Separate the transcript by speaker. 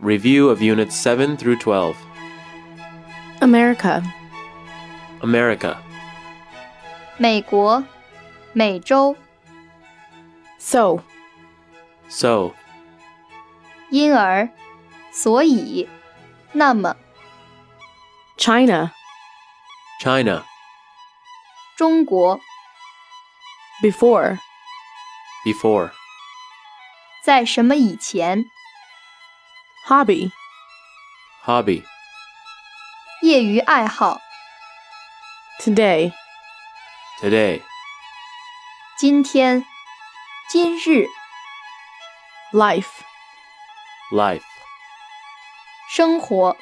Speaker 1: Review of Units 7 through 12.
Speaker 2: America,
Speaker 1: America,
Speaker 3: 美国、美洲、
Speaker 2: so,
Speaker 1: so,
Speaker 3: 因而、所以、那么、
Speaker 2: China,
Speaker 1: China,
Speaker 3: 中国、
Speaker 2: before,
Speaker 1: before,
Speaker 3: 在什么以前、
Speaker 2: hobby,
Speaker 1: hobby,
Speaker 3: 业余爱好、
Speaker 2: today,
Speaker 1: today,
Speaker 3: 今天、今日、
Speaker 2: life,
Speaker 1: life,
Speaker 3: 生活、